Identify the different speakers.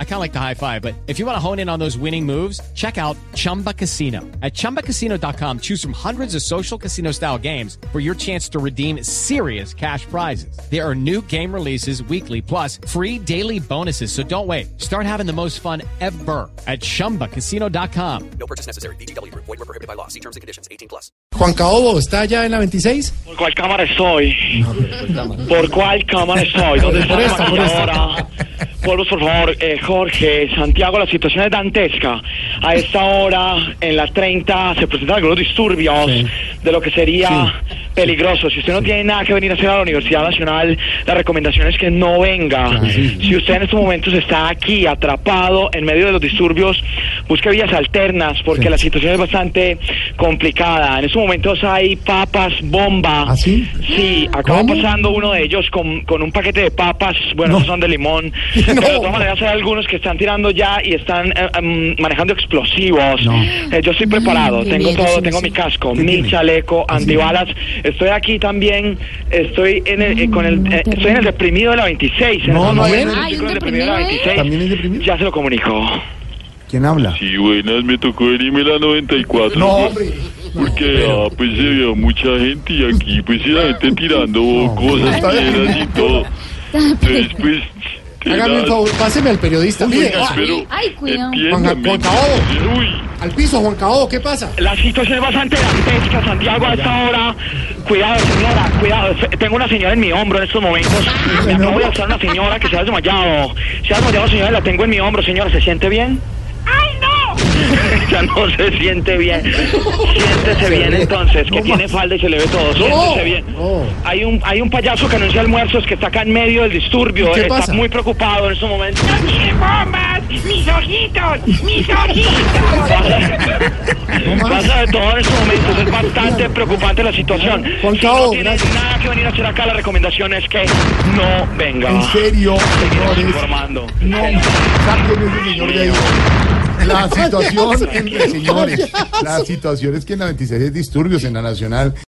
Speaker 1: I kind of like the high five, but if you want to hone in on those winning moves, check out Chumba Casino. At chumbacasino.com, choose from hundreds of social casino style games for your chance to redeem serious cash prizes. There are new game releases weekly, plus free daily bonuses. So don't wait. Start having the most fun ever at chumbacasino.com.
Speaker 2: No purchase necessary. BGW. Void were prohibited by law. See terms and conditions. 18 plus.
Speaker 3: Juan Caobo, ¿está ya en la 26?
Speaker 4: ¿Por cuál cámara estoy? ¿Por cuál cámara estoy? ¿Dónde está
Speaker 3: Por
Speaker 4: la
Speaker 3: esta, por esta.
Speaker 4: maquilladora? Volvos, por favor, eh, Jorge, Santiago, la situación es dantesca. A esta hora, en la 30, se presentan algunos disturbios de lo que sería peligroso. Si usted no tiene nada que venir a hacer a la Universidad Nacional, la recomendación es que no venga. Si usted en estos momentos está aquí, atrapado, en medio de los disturbios, busque vías alternas, porque la situación es bastante complicada. En estos momentos hay papas bomba.
Speaker 3: ¿Ah, sí?
Speaker 4: Sí, acaba
Speaker 3: ¿Cómo?
Speaker 4: pasando uno de ellos con, con un paquete de papas, bueno,
Speaker 3: No.
Speaker 4: esos son de limón,
Speaker 3: No.
Speaker 4: pero de todas maneras hay algunos que están tirando ya y están eh, em, manejando explosivos.
Speaker 3: No.
Speaker 4: Eh, yo estoy preparado,
Speaker 5: qué
Speaker 4: tengo
Speaker 5: miedo,
Speaker 4: todo,
Speaker 5: sí,
Speaker 4: tengo
Speaker 5: sí.
Speaker 4: mi casco,
Speaker 3: ¿Qué
Speaker 4: mi
Speaker 3: tiene?
Speaker 4: chaleco, antibalas, estoy aquí también, estoy en el, eh, con el,
Speaker 5: Ah,
Speaker 4: eh, estoy en el deprimido de la 26. en
Speaker 3: No,
Speaker 4: estos
Speaker 3: no,
Speaker 4: momentos,
Speaker 3: ven.
Speaker 4: estoy
Speaker 5: Ay,
Speaker 4: con
Speaker 5: ¿un
Speaker 4: el deprimido de la
Speaker 5: deprimido, eh?
Speaker 4: 26.
Speaker 3: ¿También es deprimido?
Speaker 4: Ya se lo comunico.
Speaker 3: ¿Quién habla?
Speaker 6: Sí, buenas, me tocó venirme la 94.
Speaker 3: No,
Speaker 6: pues,
Speaker 3: hombre.
Speaker 6: Porque ah, pues se veía mucha gente y aquí pues la gente tirando cosas,
Speaker 3: Está bien.
Speaker 6: piedras y todo. Entonces pues... era-
Speaker 3: Hágame un favor, páseme al periodista. Mire,
Speaker 6: Oiga,
Speaker 3: ah,
Speaker 6: pero
Speaker 5: Ay, cuidado.
Speaker 6: entiéndame, pues,
Speaker 3: Juan Jacobo.
Speaker 6: Uy,
Speaker 3: al piso, Juan Caobo, ¿qué pasa?
Speaker 4: La situación es bastante dantesca, Santiago, a esta hora. Cuidado, señora, cuidado. F- Tengo una señora en mi hombro en estos momentos. Me acabo de alzar una señora que se ha desmayado. Se ha desmayado, señora, la tengo en mi hombro, señora. ¿Se siente bien? ¡Ay, no! ya no se siente bien. Siéntese bien entonces, que tiene falda y se le ve todo. Siéntese bien.
Speaker 3: no.
Speaker 4: Hay un, hay un payaso que anuncia almuerzos que está acá en medio del disturbio.
Speaker 3: ¿Qué
Speaker 4: está
Speaker 3: pasa?
Speaker 4: muy preocupado en estos momentos.
Speaker 7: ¡No tiene bombas! ¡Mis ojitos! ¡Mis ojitos!
Speaker 4: Pasa de todo en estos momentos, es bastante preocupante la situación.
Speaker 3: Juan
Speaker 4: si no
Speaker 3: Cabo,
Speaker 4: tiene
Speaker 3: gracias.
Speaker 4: nada que venir a hacer acá, la recomendación es que no venga.
Speaker 3: En serio,
Speaker 4: Seguiremos
Speaker 3: señores.
Speaker 4: informando.
Speaker 3: No, saquen ese señor de ahí.
Speaker 8: La situación, señores, la situación es que en la 26 hay disturbios en la Nacional.